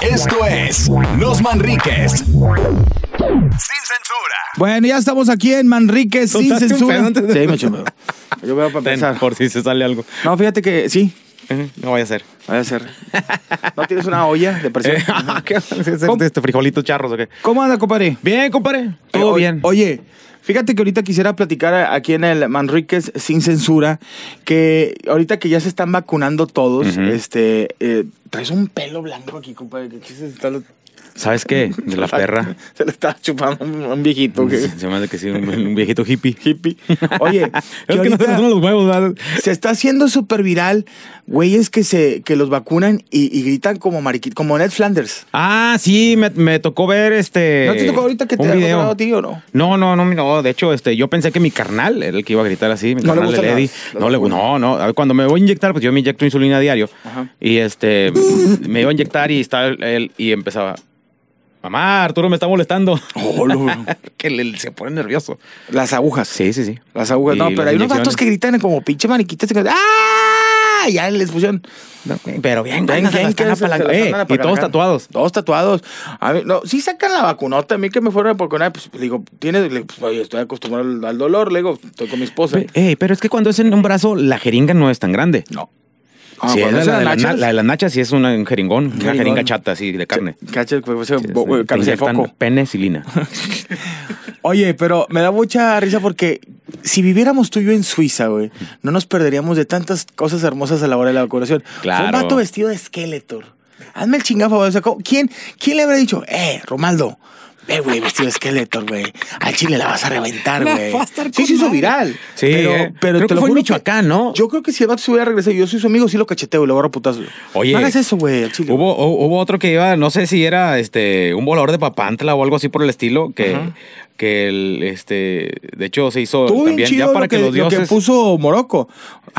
Esto es Los Manriques. Sin censura. Bueno, ya estamos aquí en Manrique sin estás censura. chupando antes de- Sí, me chumeo. Yo veo para Ten, pensar. por si se sale algo. No, fíjate que sí. Ujú, No vaya a ser. Voy a hacer. ¿No tienes una olla de presión? Eh, ¿Qué vas a hacer de este frijolitos charros o qué? ¿Cómo anda, compadre? Bien, compadre. Todo Oye, bien. Oye, Fíjate que ahorita quisiera platicar a- aquí en el Manriques sin censura que ahorita que ya se están vacunando todos, Ujú. este, eh, traes un pelo blanco aquí, compadre. que aquí se está lo- ¿Sabes qué? De la perra. Se le está chupando un, un viejito. que- Se me hace que sí, un, un viejito hippie. hippie. Oye, que Es que ahorita- no se nos suman los huevos, ¿verdad? Se está haciendo súper viral, güeyes que se que los vacunan y, y gritan como mariquita, como Ned Flanders. Ah, sí, me, me tocó ver este. ¿No te tocó ahorita que te un ha video. vacunado a ti o no? No, no, no, no. De hecho, este, yo pensé que mi carnal era el que iba a gritar así. Mi No le carnal, gustan el Eddie. las- las no, le, no, no. A ver, Cuando me voy a inyectar, pues yo me inyecto insulina a diario. Ajá. Y este, me iba a inyectar y estaba él- él y empezaba. Mamá, Arturo me está molestando. que le- se pone nervioso. Oh, Las agujas. Sí, sí, sí. Las agujas. Y no, pero las hay unos inyecciones. gatos que gritan como pinche mariquitas. que- ¡Ah! Ya les pusieron. No, pero bien, Ven, bien, ven, que se- se las Eh, andan y todos apalancando. tatuados. Todos tatuados. A mí, no, sí sacan la vacunota. A mí que me fueron a vacunar, pues le digo, tienes, le digo, pues, oye, estoy acostumbrado al, al dolor. Le digo, estoy con mi esposa. Pe- eh, pero es que cuando es en un brazo, la jeringa no es tan grande. no. Sí, Ah, cuando es es la, en de la, nachas, la de las nachas sí es una, un jeringón, una Jeringón. jeringa chata así de carne. Cacha, pues, ese Sí, bo- sí, cabeza te de inyectan foco. Penicilina. Oye, pero me da mucha risa porque si viviéramos tú y yo en Suiza, güey, no nos perderíamos de tantas cosas hermosas a la hora de la vacunación. Fue un Claro. vato vestido de Skeletor. Hazme el chingado favor. O sea, ¿cómo- ¿quién, ¿Quién le habrá dicho, eh, Romaldo, ve, güey, vestido de Skeletor, güey? Al chile la vas a reventar, güey. Sí, se hizo viral. Sí, pero, eh. pero te Creo que lo fue en juro Michoacán, que- ¿no? Yo creo que si el vato se hubiera regresado y yo soy su amigo, sí lo cacheteo y lo agarro a putazos. Oye. No hagas eso, güey, al chile. Hubo, hu- hubo otro que iba, no sé si era este un volador de papantla o algo así por el estilo, que, que el, este, de hecho se hizo Estuvo bien también chido ya para lo que, que, los lo que dioses. puso Morocco.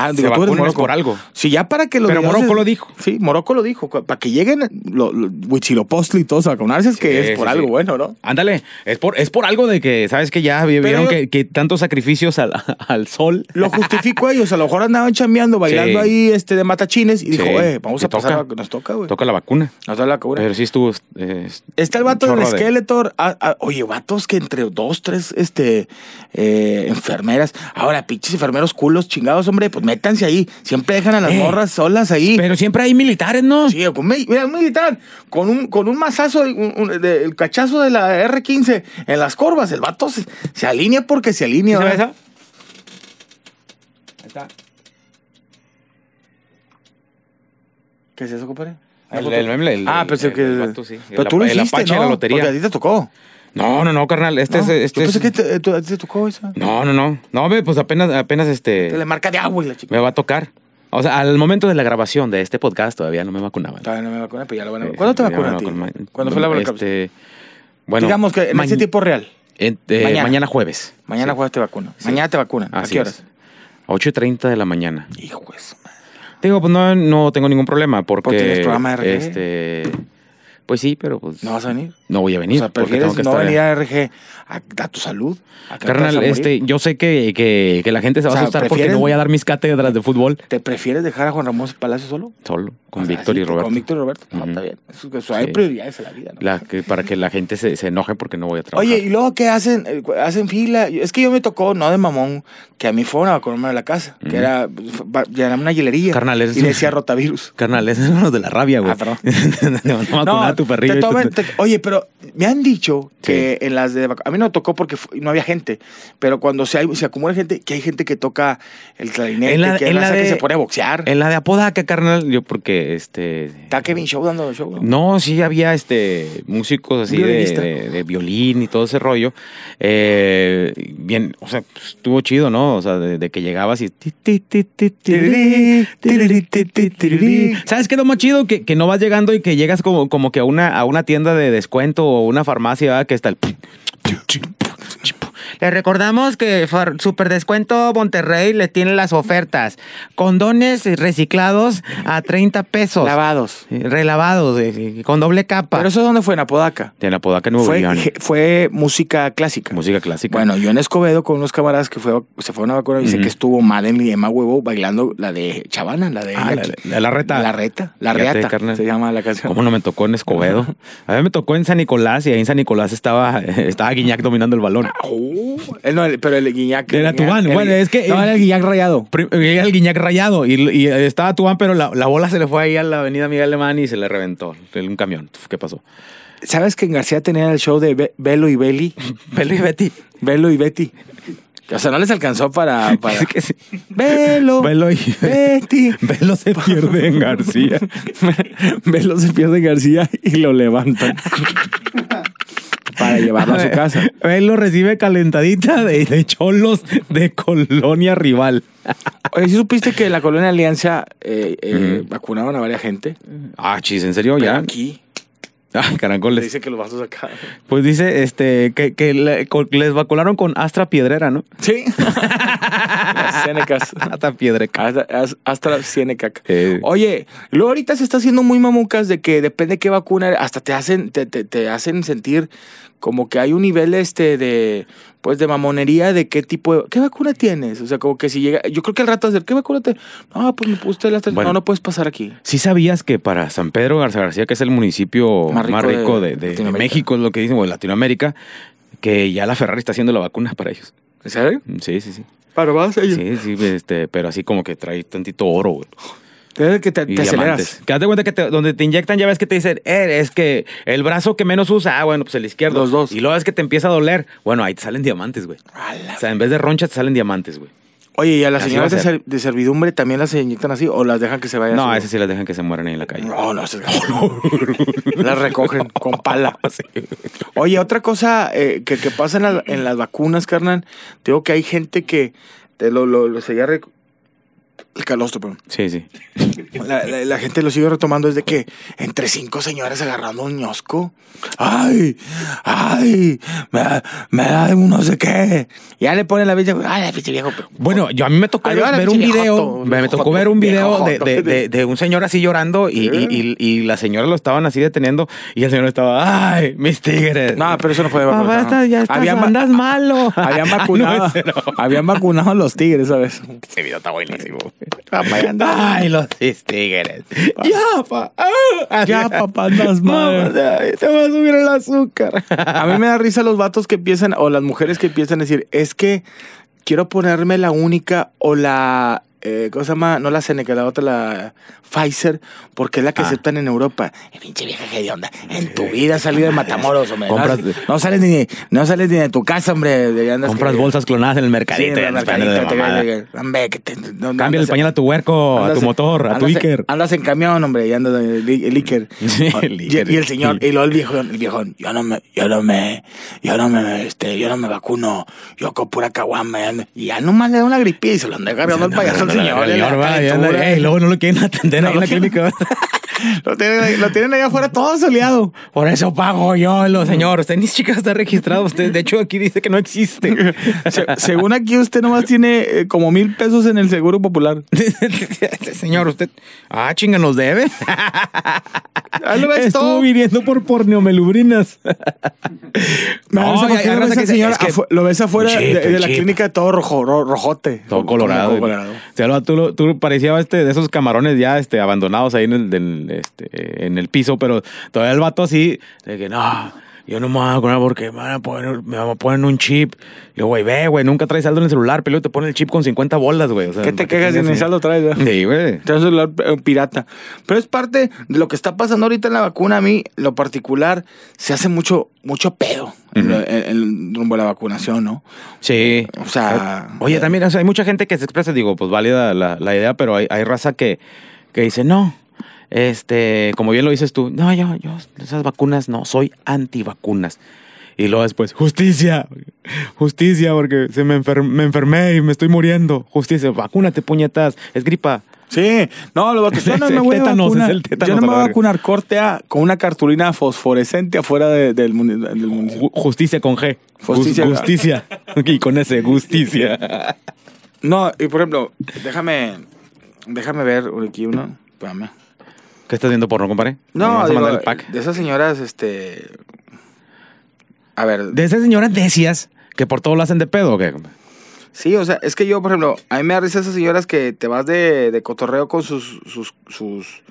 Ah, digo, tú eres vacunen Morocco. por algo. Sí, ya para que los Pero Morocco lo dijo. Sí, Morocco lo dijo. cu- Para que lleguen lo- lo- Huitzilopochtli y todos a vacunarse es que Sí, es por sí, algo sí. bueno, ¿no? Ándale, es por, es por algo de que, ¿sabes que Ya vi- vieron que, que tantos sacrificios al, al sol. Lo justifico ellos. A lo mejor andaban chambeando, bailando Sí. ahí este, de matachines y dijo, Sí, eh, vamos que a pasar. toca. a- Nos toca, güey. Toca la vacuna. Nos da la cura. Pero sí estuvo. eh, Está el un vato del chorro de- Skeletor. ah, ah, oye, vatos que entre dos, tres este, eh, enfermeras. Ahora, pinches enfermeros culos chingados, hombre, pues métanse ahí. Siempre dejan a las Eh, morras solas ahí. Pero siempre hay militares, ¿no? Sí, con, mi- mira, un militar, con un, con un mazazo, un- un- de- el cachazo de la R15 en las corvas, el vato se, se alinea porque se ¿Sí alinea. se ve ¿verdad? esa? ¿Qué es eso, compadre? El- el meme, el- ah, pero, el- que, el vato, sí. pero El tú lo apa- el hiciste, apache de ¿no? la lotería. Porque a ti te tocó. No, no, no, carnal. Este ¿no? es. Este Yo es- pensé que te- tú- a ti te tocó esa. No, no, no. No, ve, pues apenas, apenas este. Te le marca de agua y la chica. Me va a tocar. O sea, al momento de la grabación de este podcast todavía no me vacunaban. Todavía no me vacuné, pero ya lo van a Eh, ¿Cuándo te ya me vacunan a ti? vacunaron. ¿Cuándo fue la vacunación? este, Bueno, Digamos que en ma- ese tiempo real. en- eh, mañana. mañana. jueves. Mañana juegas te vacuna. Mañana te vacunan. ¿A Así qué horas? es. 8.30 de la mañana. Hijo de su madre. Digo, pues no, no tengo ningún problema porque... Pues tienes programa de RG. Este, pues sí, pero pues... ¿No vas a venir? no voy a O venir. sea, porque tengo prefieres que no estar- venir a RG a, a tu salud. A que no te Carnal, vas a morir? este, yo sé que, que, que la gente se O va sea, a asustar porque ¿prefieres- no voy a dar mis cátedras de fútbol ¿Te prefieres dejar a Juan Ramón Palacio solo? solo, con O sea, Víctor y sí, Roberto. Con Víctor y Roberto. No, Ujú. está bien. Eso- eso hay Sí. prioridades en la vida, ¿no? La que- para que la gente se, se enoje porque no voy a trabajar. Oye, ¿y luego qué hacen? Eh, cu- Hacen fila. Es que yo me tocó, no de mamón, que a mí fueron a vacunarme a la casa, que era, fue- va- ya era una hielería. Carnal, eres Y le un- decía rotavirus. Carnal, esos son los de la rabia, güey. Ah, perdón. Te van a vacunar a tu perrillo. te y tú- toman- te- oye, pero me han dicho que en las de vacu- a mí no me tocó porque fu- no había gente, pero cuando se, hay- se acumula gente, que hay gente que toca el clarinete, En la- que, hay en la raza que de- se pone a boxear. En la de Apodaca, carnal, yo porque este. Está Kevin Show dando show. ¿no? No, sí había este músicos así de, Violinista. de- de violín y todo ese rollo. Eh, bien, o sea, pues, estuvo chido, ¿no? O sea, de, de que llegabas y. ti, ti, ti, ti, tirirí, tirirí, ti, ti, tirirí. ¿Sabes qué es lo más chido? Que, que no vas llegando y que llegas como, como que a una, a una tienda de descuento o una farmacia ¿verdad? que está el. Les recordamos que Far- Super Descuento Monterrey les tiene las ofertas. Condones reciclados a 30 pesos. Lavados. Eh, Relavados, eh, con doble capa. Pero eso dónde fue, en Apodaca. De la podaca Nuevo Fue, León. fue música clásica. Música clásica. Bueno, yo en Escobedo con unos camaradas que fue, se fueron a vacunar y dice Ujú. que estuvo mal en Lima, huevo, bailando la de Chavana, la de... Ah, la- la- la reta. La reta, la Fíjate, reata, carnal. se llama la canción. ¿Cómo no me tocó en Escobedo? A mí me tocó en San Nicolás y ahí en San Nicolás estaba, estaba Guiñac dominando el balón. Oh, el- no, el- pero el guiñac. Era el guiñac, Tubán, el- bueno, es que- No, era el guiñac rayado. Prim- Llega eh, el Guiñac rayado y, y estaba Tubán, pero la, la bola se le fue ahí a la avenida Miguel Alemán y se le reventó en un camión. Uf, ¿Qué pasó? ¿Sabes que en García tenían el show de Be- Belo y Beli? Pelo y Betty. Belo y Betty. O sea, no les alcanzó para... para... Es que sí. Velo. Velo y- Betty. Velo se pierde en García. Velo se pierde García y lo levantan. para llevarlo a su casa. Velo recibe calentadita de, de cholos de colonia rival. Oye, ¿sí supiste que la colonia Alianza eh, eh, vacunaron a varias gente? Ah, chis, ¿en serio? Pero Ya. aquí. Ah, Le caracoles. dice que los vasos acá. Pues dice este que, que le- con- les vacunaron con Astra Piedrera, ¿no? Sí. Las Senecas. Astra Piedreca. Hasta, as- hasta la Ciénega. Eh. Oye, luego ahorita se está haciendo muy mamucas de que depende qué vacuna, hasta te hacen, te, te- te hacen sentir como que hay un nivel este de pues de mamonería de qué tipo de qué vacuna tienes. O sea, como que si llega, yo creo que al rato hacer, ¿qué vacuna te? No, pues me puse la Astra- Bueno. No, no puedes pasar aquí. Sí sabías que para San Pedro Garza García, que es el municipio Más más rico rico, de de, de- de Latinoamérica. México, es lo que dicen, o de Latinoamérica, que ya la Ferrari está haciendo la vacuna para ellos. ¿En serio? Mm, Sí, sí, sí. Para vas Sí, sí, este, pero así como que trae tantito oro, güey. que te, te Y diamantes. aceleras. Que haz de cuenta que te- donde te inyectan, ya ves que te dicen, eh, es que el brazo que menos usa, ah, bueno, pues el izquierdo. Los dos. Y luego es que te empieza a doler. Bueno, ahí te salen diamantes, güey. O sea, en vez de ronchas, te salen diamantes, güey. Oye, ¿y a las Así señoras va de, a ser. ser- de servidumbre también las inyectan así o las dejan que se vayan? No, a esas sí las dejan que se mueran ahí en la calle. No, no, se- las recogen con pala. Oye, otra cosa eh, que, que pasa en, la- en las vacunas, carnal, te digo que hay gente que te lo, lo, lo seguía rec- el calostro, perdón. Sí, sí. La, la- la gente lo sigue retomando desde que entre cinco señores agarrando un ñosco. ¡Ay! ¡Ay! Me da, me da un no sé qué. Ya le ponen la bella. ¡Ay, la pinche viejo! pero- Bueno, yo a mí me tocó Ayúdame, ver un pinche video, viejoto, me, me viejoto, tocó ver un video de, viejoto. de- de- de un señor así llorando y, Sí. y- y- y la señora lo estaban así deteniendo y el señor estaba, ay, mis tigres. No, pero eso no fue de Papá, vacunas, no. estás- ya estás- Habían va- andas malo. Habían Ah, no, vacunado, ese no. habían vacunado a los tigres, ¿sabes? Ese video está buenísimo. ay, los mis tigres. Ya, pa. Ah, así- Ya, papá, andas mal. Mamá, ay, te va a subir el azúcar. pues, A mí me da risa los vatos que empiezan, o las mujeres que empiezan a decir, es que quiero ponerme la única o la. Eh, ¿Cómo se llama? No la Seneca, la otra, la Pfizer, porque es la que Ah. aceptan en Europa. Eh, pinche vieja que de onda. En tu vida has salido de Matamoros, hombre. No, Compras- no sales ni, no sales ni de tu casa, hombre. de- andas Compras que- bolsas clonadas en el Sí, mercadito. en el ya te esperan de la mercadito, te- mamada. te- hombre, que te- no- no Cambia el andas- pañal a tu huerco, Oh, a Andas- tu motor, a tu andas en- Iker. Andas en camión, hombre, y andas en el, el Iker. Sí, O- el y- Iker. Y, el señor, y luego el viejón, el viejón, yo no me, yo no me, yo no me, este, yo no me vacuno, yo con pura caguama, y anda- y ya nomás le da una gripilla y se lo anda cargando al payaso al señor. y le da va, y anda, calentura. "Ey, luego no lo quieren atender No ahí lo en la quieren. clínica. Lo tienen, ahí- lo tienen ahí afuera todo soleado. Por eso pago yo, lo señor. Usted ni siquiera está registrado. Usted, de hecho, aquí dice que no existe. Se- según aquí, usted nomás tiene eh, como mil pesos en el seguro popular. señor, usted. Ah, chinga, nos debe. Ahí lo ves Estuvo todo. viniendo por porneomelubrinas. Me da No, risa ya- porque ya lo ves raza que al dice, señor es que- afu- lo ves afuera Un chip, de, de un la chip. clínica todo rojo, ro- rojote. Todo Como- colorado. como colorado. O sea, lo- tú, lo- tú parecías este, de esos camarones ya este, abandonados ahí en el, del, este, en el piso, pero todavía el vato así, de que no, yo no me voy a vacunar porque me van a poner, me van a poner un chip. Y yo, güey, ve, güey, nunca traes saldo en el celular, pero luego te pone el chip con 50 bolas, güey. O sea, ¿Qué te ¿para quejas si chingas, ni señor? saldo traes? verdad? Sí, güey. Traes un celular eh, pirata. Pero es parte de lo que está pasando ahorita en la vacuna. A mí, lo particular, se hace mucho, mucho pedo en lo- en- en- rumbo a la vacunación, ¿no? Sí. O sea, Oye, también o sea, eh, hay mucha gente que se expresa, digo, pues válida la, la idea, pero hay, hay raza que, que dice, no, este, como bien lo dices tú, no, yo, yo, esas vacunas no, soy antivacunas. Y luego después, justicia, justicia, porque se me, enfer- me enfermé y me estoy muriendo. Justicia, vacúnate, puñetas, es gripa. Sí, no, los vatos, yo no Es me el voy a tétanos, vacunar. es el tétanos yo no a me la voy a verga. vacunar corte A con una cartulina fosforescente afuera de- del, muni- del municipio. Ju- Justicia con G. Justicia. Justicia. Justicia. Y con ese, justicia. No, y por ejemplo, déjame, déjame ver aquí uno. Espérame. ¿Qué estás viendo porno, compadre? ¿Me No, vas a digo, mandar el pack. de esas señoras, este... A ver, De esas señoras necias que por todo lo hacen de pedo, ¿o qué? sí, o sea, es que yo, por ejemplo, a mí me da risa esas señoras que te vas de, de cotorreo con sus... sus, sus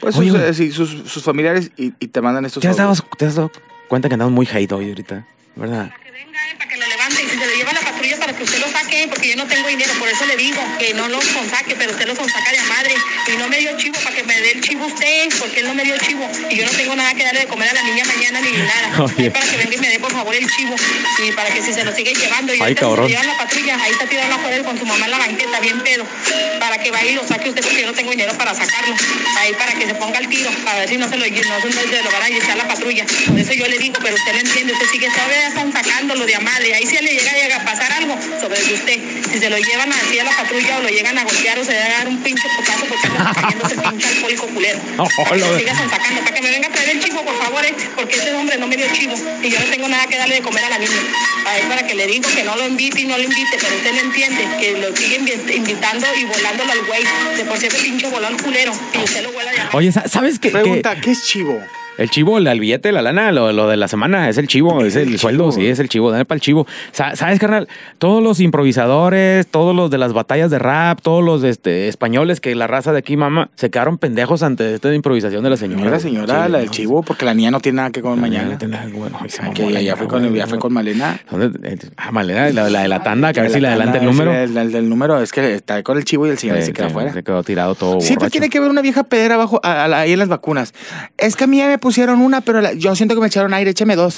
pues Oye, sus, güey. eh, sí, sus, sus familiares y, y te mandan estos... ¿Te has, dado, audios. ¿Te has dado cuenta que andamos muy hate hoy ahorita? ¿Verdad? Para que venga, eh, para que lo levante y si se lo lleva a la patrulla para que usted lo saque, eh, porque yo no tengo dinero, por eso le digo que no lo saque, pero usted lo saca de a madre y no me dio chivo para que me dé el chivo usted, porque él no me dio chivo y yo no tengo nada que darle de comer a la niña mañana ni nada. Oye. Eh, Para que venga y me dé por favor el chivo y para que si se lo sigue llevando y Ay, ahorita si se cabrón. lo lleva a la patrulla, ahí está tirado afuera él con su mamá en la banqueta, bien pedo, para que vaya y lo saque usted porque yo no tengo dinero para sacarlo, ahí para que se ponga el tiro, para ver si no se lo, no se- no se lo van a inyectar la patrulla. Por eso yo le digo, pero usted lo entiende, usted sigue todavía están sacándolo de amable, ahí si le llega, llega a pasar algo sobre el de usted, si se lo llevan así a la patrulla o lo llegan a golpear o se le va a dar un pinche potazo porque está cayendo ese pinche alcohólico culero. Oh, Para que lo lo de- siga sigan sacando, para que me venga a traer el chivo, por favor, eh, porque ese hombre no me dio chivo y yo no tengo nada que darle de comer a la niña. A él para que le digo que no lo invite y no lo invite, pero usted no entiende que lo sigue invi- invitando y volándolo al güey. De por cierto, pinche volón culero y usted lo vuela a Oye, sa- ¿sabes qué? Pregunta, qué- ¿qué es chivo? El chivo, el, el billete, la lana, lo, lo de la semana, es el chivo, es el, chivo. sueldo, sí, es el chivo, dale para el chivo. Sa- ¿Sabes, carnal? Todos los improvisadores, todos los de las batallas de rap, todos los este, españoles que la raza de aquí, mamá, se quedaron pendejos ante esta improvisación de la señora. No la güey. señora, Sí, la del no, chivo, porque la niña no tiene nada que comer la mañana. niña no tiene nada que comer. Ay, se Ah, mamó que la ya, niña, fue con, güey. ya fue con Malena. ¿Dónde- eh, Ah, Malena, la, la de la tanda, que a ver si le la- adelanta el la- número. El, el- el número es que está con el chivo y el señor Eh, se queda que afuera. Se quedó tirado todo Siempre borracho. tiene que haber una vieja pedera abajo a- a la- ahí en las vacunas. Es que a mí ya me pusieron una, pero la- yo siento que me echaron aire, écheme dos.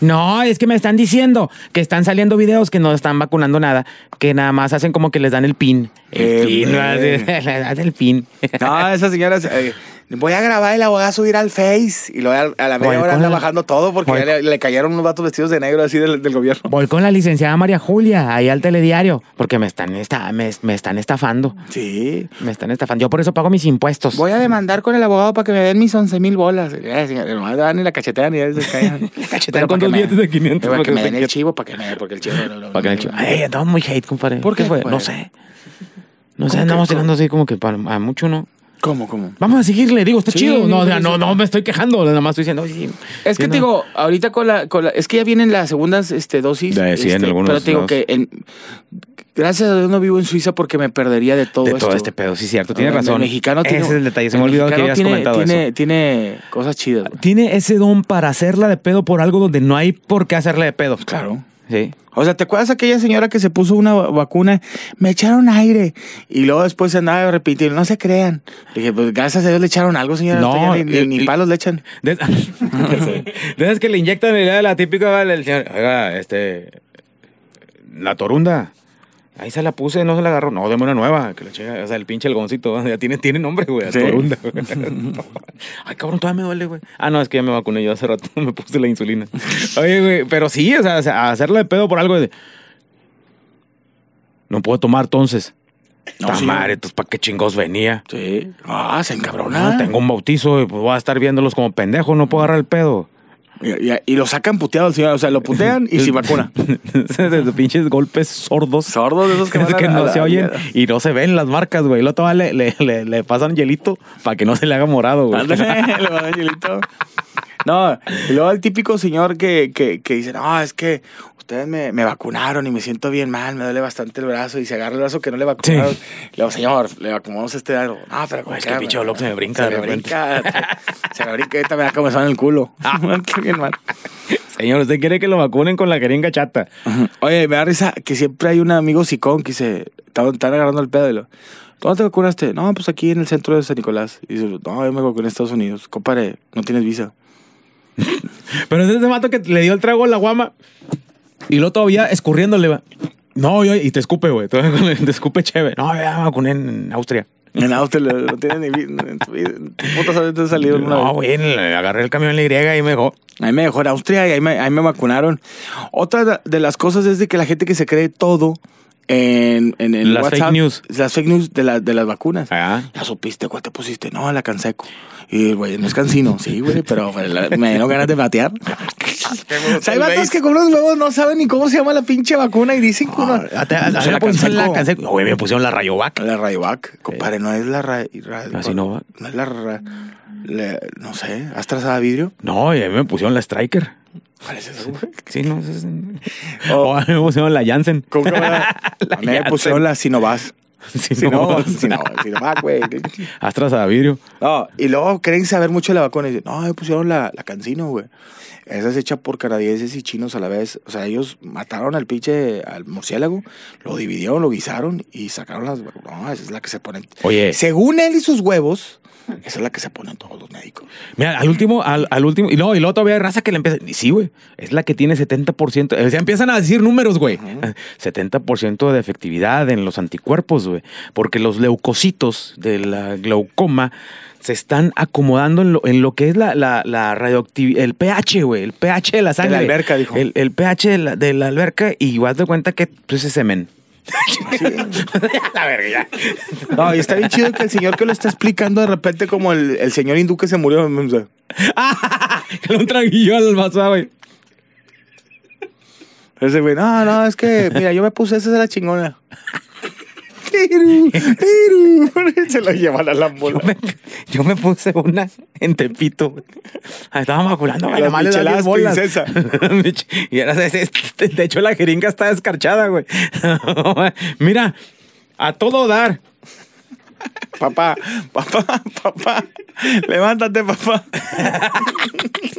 No, es que me están diciendo que están saliendo videos que no están vacunando nada, que nada más hacen como que les dan el pin. El Eh, pin, güey. ¿no? Así, les dan el pin. no, esas señoras. eh, voy a grabar y la voy a subir al Face. Y luego a, a la media Voy hora con anda la- bajando todo porque voy ya le, le cayeron unos vatos vestidos de negro así del, del gobierno. Voy con la licenciada María Julia ahí al telediario, porque me están, esta- me, me están estafando. Sí. Me están estafando. Yo por eso pago mis impuestos. Voy a demandar con el abogado para que me den mis 11 mil bolas. Eh, señor, nomás dan y la cachetean y ya se caen. Pero cachetean para con dos que me- billetes de 500 Para que porque me den se el quede- chivo, para que me... Porque el chivo... Para que el chivo- Ay, andamos muy hate, compadre. ¿Por qué, fue? pues? No sé. No ¿Cómo sé, que- andamos cómo? tirando así como que para, a mucho no. ¿Cómo, cómo? Vamos a seguirle, digo, está Sí, chido. No, sí, o sea, sí. no, no me estoy quejando, nada más estoy diciendo. "Oye, sí". Es que te Sí, no. digo, ahorita con la, con la- Es que ya vienen las segundas este, dosis. De- sí, en este, algunos Pero te digo lados. que. en- gracias a Dios no vivo en Suiza porque me perdería de todo de esto. todo este pedo, sí, cierto, tienes El- el razón. mexicano Ese tiene. es el detalle, se el me olvidó que mexicano habías tiene, comentado tiene, eso. Tiene cosas chidas. güey. Tiene ese don para hacerla de pedo por algo donde no hay por qué hacerle de pedo. Claro. Sí. O sea, ¿te acuerdas aquella señora que se puso una va- vacuna? Me echaron aire. Y luego después se andaba repitiendo, no se crean. Le dije, pues gracias a Dios le echaron algo, señora. No, Ahorita ya ni, el- ni- ni el- palos le echan. De esas, de esas que le inyectan y le da la típica vale, el señor. Oiga, este. La torunda. Ahí se la puse, no se la agarró. No, deme una nueva. Que la chinga, o sea, el pinche algoncito. Ya tiene, tiene nombre, güey. Sí. Torunda. güey. Ay, cabrón, todavía me duele, güey. Ah, no, es que ya me vacuné yo hace rato. Me puse la insulina. Oye, güey, pero sí, o sea, hacerla de pedo por algo de. No puedo tomar entonces. No, No, sí. madre, entonces, ¿para qué chingos venía? Sí. Ah, se encabrona. No, tengo un bautizo y pues voy a estar viéndolos como pendejos, no puedo agarrar el pedo. Y, y- y lo sacan puteado al señor. O sea, lo putean y sin vacuna. Desde pinches golpes sordos. Sordos de esos que Es van a que la- a no la- se oyen y no se ven las marcas, güey. Luego todavía le, le, le- le pasan hielito para que no se le haga morado, güey. Ándale, lo va, Angelito. No, y luego el típico señor que, que, que dice, no, es que ustedes me, me vacunaron y me siento bien mal, me duele bastante el brazo y se agarra el brazo que no le vacunaron. Sí. Le digo, señor, le vacunamos este dedo. No, pero como Es que quiera, el pinche me- Olof se me brinca Se de me repente. brinca. se me brinca, ahorita me da como en el culo. Ah, Qué bien mal. Señor, usted quiere que lo vacunen con la jeringa chata. Oye, me da risa que siempre hay un amigo sicón que dice, están, están agarrando el pedo. y lo, ¿Dónde te vacunaste? No, pues aquí en el centro de San Nicolás. Y dice, no, yo me vacuné en Estados Unidos. Compadre, no tienes visa. Pero es ese mato que le dio el trago a la guama y luego todavía escurriéndole, va. No, yo, y te escupe, güey. Todavía Te escupe chévere. No, ya me vacuné en Austria. En Austria lo- no tiene ni vi- en tu vida. en tu puta sabes, te has salido alguna No, vez. güey, le agarré el camión en la Y y me dejó. Ahí me dejó en Austria y ahí me, ahí me vacunaron. Otra de- de las cosas es de que la gente que se cree todo en, en el Las fake WhatsApp, news. Las fake news de, la- de las vacunas. Ah. Ya supiste, ¿cuál te pusiste? No, la canseco. Y, güey, no es cansino. Sí, güey, pero güey, la- me dieron ganas de batear. o sea, hay vatos que con unos huevos no saben ni cómo se llama la pinche vacuna y dicen que uno... Ah, te- a- a- No, a- me pusieron la Canseco. Canseco. Güey, me pusieron la Rayovac. La Rayovac, compadre, no es la Ra- Ra- Así no va. No es la, Ra- la- No sé, ¿has trazado vidrio? No, y a mí me pusieron la Striker. ¿Cuál es eso, güey? Sí, no eso es- O a mí me pusieron la Janssen. ¿Cómo que me la- La A mí me Janssen. pusieron la Sinovas. Si no, Sinovas, Sinovas, Sinovac, güey. Astras a vidrio. No, y luego creen saber mucho de la vacuna y dicen, no, me pusieron la, la cancino, güey. Esa es hecha por canadienses y chinos a la vez. O sea, ellos mataron al pinche, al murciélago, lo dividieron, lo guisaron y sacaron las vacunas. No, esa es la que se ponen. Oye. Según él y sus huevos, esa es la que se ponen todos los médicos. Mira, al último, al, al último. Y no, y luego todavía hay raza que le empieza. y Sí, güey. Es la que tiene 70%. O sea, empiezan a decir números, güey. 70% de efectividad en los anticuerpos, güey. Porque los leucocitos de la glaucoma se están acomodando en lo, en lo que es la, la, radioactividad. El pH, güey. El pH de la sangre. alberca, dijo. El, el pH de la, de la alberca. Y vas de cuenta que pues, es semen. la verga, ya. No, y está bien chido que el señor que lo está explicando de repente como el, el señor hindú que se murió. o sea, un traguillo al vaso, güey. Ese güey, no, no, es que, mira, yo me puse esa de la chingona. Tiru, tiru. Se lo llevan a la Yo bola. me, yo me puse una en Tepito. güey. Ah, Estaba vacunando. güey, Las nomás le da micheladas 10 bolas. princesa. Mich- y ahora, es- es- de hecho, la jeringa está descarchada, güey. Mira, a todo dar. Papá, papá, papá. Levántate, papá.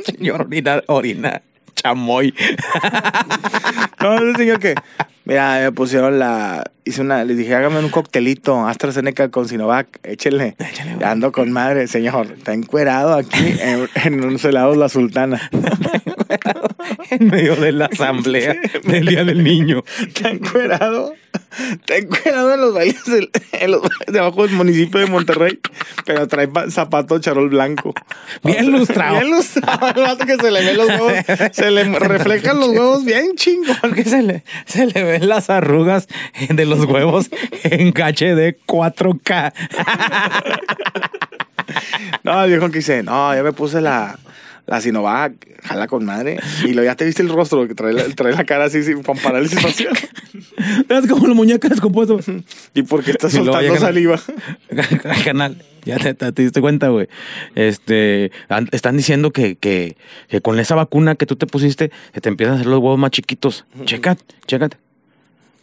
Señor, orina, orina. Chamoy. No, ese señor que, mira, me pusieron la. Hice una, les dije, hágame un coctelito AstraZeneca con Sinovac, échenle. Ando con madre, señor. Está encuerado aquí en, en unos helados la sultana. En medio de la asamblea del Día del Niño. Está encuerado. Está encuerado en los bailes del- en los bailes de abajo del municipio de Monterrey. Pero trae pa- zapato charol blanco. Bien lustrado. Bien lustrado. El vato que se le ven los huevos. Se le reflejan los huevos bien chingón. Porque se le, se le ven las arrugas de los huevos en de 4K. No, el viejo que dice, no, yo me puse la, la Sinovac, jala con madre. Y lo ya te viste el rostro, que trae la, trae la cara así sin- con parálisis facial. Es como los muñecas descompuestos. ¿Y porque estás Y luego soltando llegan- saliva? Canal, ya te, te- te diste cuenta, güey. Este, an- están diciendo que, que, que con esa vacuna que tú te pusiste, se te empiezan a hacer los huevos más chiquitos. Checa, chécate.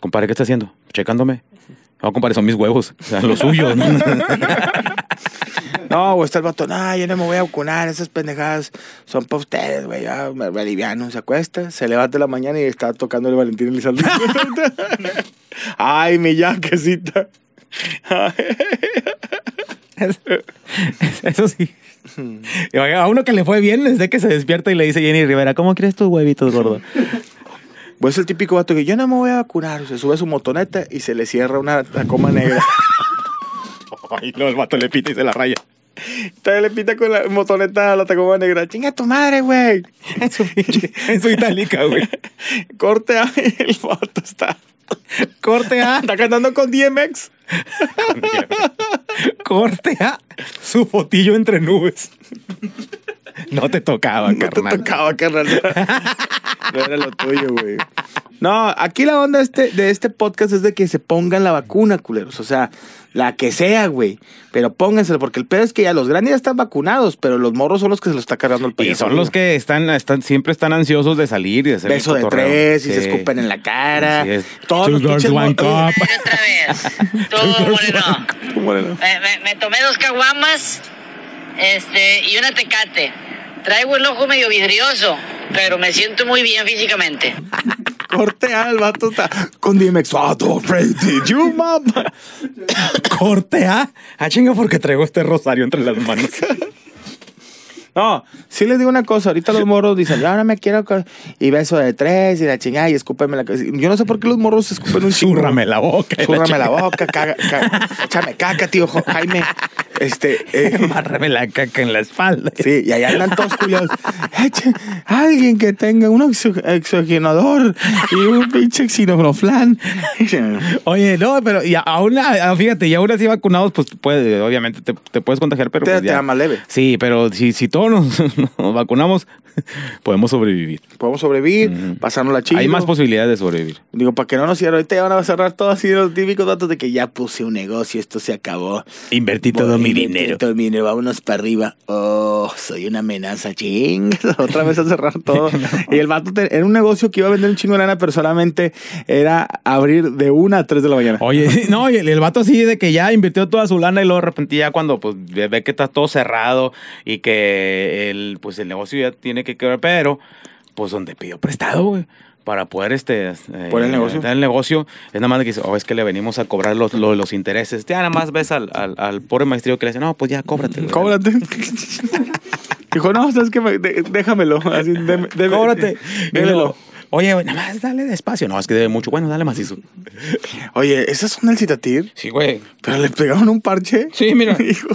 Compadre, ¿qué está haciendo? Checándome. No, compadre, son mis huevos, o sea, los suyos. ¿no? No, o está el vato, no, yo no me voy a vacunar, esas pendejadas son para ustedes, güey. Ya me, me aliviano, se acuesta, se levanta en la mañana y está tocando el Valentín Elizalde. Ay, mi yaquecita. Eso sí. Y oiga, A uno que le fue bien desde que se despierta y le dice Jenny Rivera, ¿cómo crees tus huevitos, gordo? Pues es el típico vato que yo no me voy a vacunar. Se sube a su motoneta y se le cierra una tacoma negra. Y luego el vato le pita y se la raya. Todavía le pinta con la motoneta a la tacoma negra. Chinga tu madre, güey. En su, pinche- en su itálica, güey. Corte a el vato está. Corte A. Está cantando con DMX. Corte a su fotillo entre nubes. No te tocaba, No te carnal. tocaba, carnal. No era lo tuyo, güey. No, aquí la onda este, de este podcast es de que se pongan la vacuna, culeros. O sea, la que sea, güey. Pero pónganselo, porque el pedo es que ya los grandes ya están vacunados, pero los morros son los que se lo está cargando el país. Y son los que están, están, siempre están ansiosos de salir y de hacer el Beso de cotorreo. tres y se Sí. escupen en la cara. Así es. Todos Two los girls, pinches one morros- cup. Otra vez. Todo moreno. Me, me- me tomé dos caguamas este, y una tecate. Traigo el ojo medio vidrioso, pero me siento muy bien físicamente. Corte al vato está con DMX. "I don't rate you, mama". Corte a. Ah, chinga, porque traigo este rosario entre las manos. No, sí les digo una cosa. Ahorita los morros dicen, yo no me quiero. co-". Y beso de tres y la chingada y escúpeme la cabeza. Yo no sé por qué los morros escupen un chingo. Zúrrame la boca. Zúrrame la boca, caga, caga, échame caca, tío Jo- Jaime. Este. eh, Márrame la caca en la espalda. Sí, y allá andan todos culiados. Eche, alguien que tenga un oxi- exogenador y un pinche xinogroflán. Oye, no, pero y aún, ah, fíjate, y aún así vacunados, pues puede, obviamente te, te puedes contagiar, pero. Te- pues, te ya. da más leve. Sí, pero si, si todos nos, nos vacunamos, podemos sobrevivir. Podemos sobrevivir, pasarnos la chido. Hay más posibilidades de sobrevivir. Digo, para que no nos cierren, ahorita ya van a cerrar todos así los típicos datos de que ya puse un negocio, esto se acabó. Invertí Voy, invertí Todo mi dinero, vámonos para arriba. Oh, soy una amenaza, ching. Otra vez a cerrar todo. Y el vato te- era un negocio que iba a vender un chingo de lana, pero solamente era abrir de una a tres de la mañana. Oye, no, y el, el vato así de que ya invirtió toda su lana y luego de repente ya cuando pues ve ve que está todo cerrado y que el, pues el negocio ya tiene que quebrar, pero pues donde pidió prestado, güey. Para poder este, eh, Por el negocio. dar el negocio, es nada más de que dice, oh, es que le venimos a cobrar los, los, los intereses. Ya nada más ves al, al, al pobre maestrillo que le dice, no, pues ya cóbrate. güey". Cóbrate. Dijo, no, sabes que déjamelo. Así, deme- deme- Cóbrate. Y luego, Démelo. Oye, güey, nada más dale despacio. No, es que debe mucho. Bueno, dale macizo. Oye, esas son el citatir, Sí, güey. pero le pegaron un parche. Sí, mira. Hijo,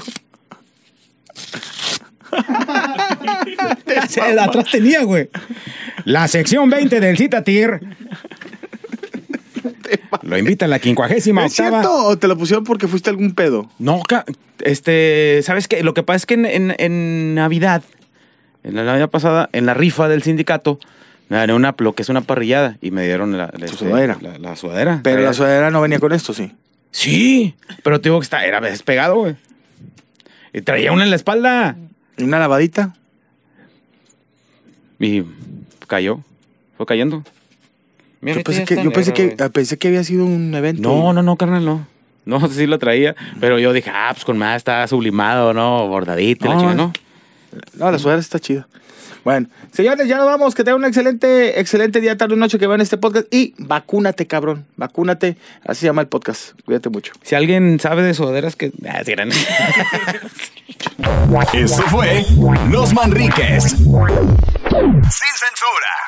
Atrás tenía, güey. La sección 20 del Citatir. Lo invita a la quincuagésima ¿Es cierto o te lo pusieron porque fuiste a algún pedo? No, ca- este, ¿sabes qué? Lo que pasa es que en, en- en Navidad, en la Navidad pasada, en la rifa del sindicato, me gané una, lo que es una parrillada y me dieron la, la- este, sudadera. La, la sudadera. Pero la Traía- sudadera no venía con esto, sí. Sí, pero te digo que está, era despegado, güey. Y traía una en la espalda ¿Y una lavadita? y cayó. Fue cayendo. Yo pensé que, yo pensé que, ah, pensé que había sido un evento. No, no, no, carnal, no. No, sí la traía, pero yo dije, ah, pues con más está sublimado, ¿no? Bordadito, y la No, chingada, ¿no? No, la sudadera está chida. Bueno, señores, ya nos vamos. Que tengan un excelente, excelente día, tarde, noche que vean este podcast. Y vacúnate, cabrón. Vacúnate. Así se llama el podcast. Cuídate mucho. Si alguien sabe de sudaderas que... Ah, sí, eran- Esto fue Los Manriques. Sin censura.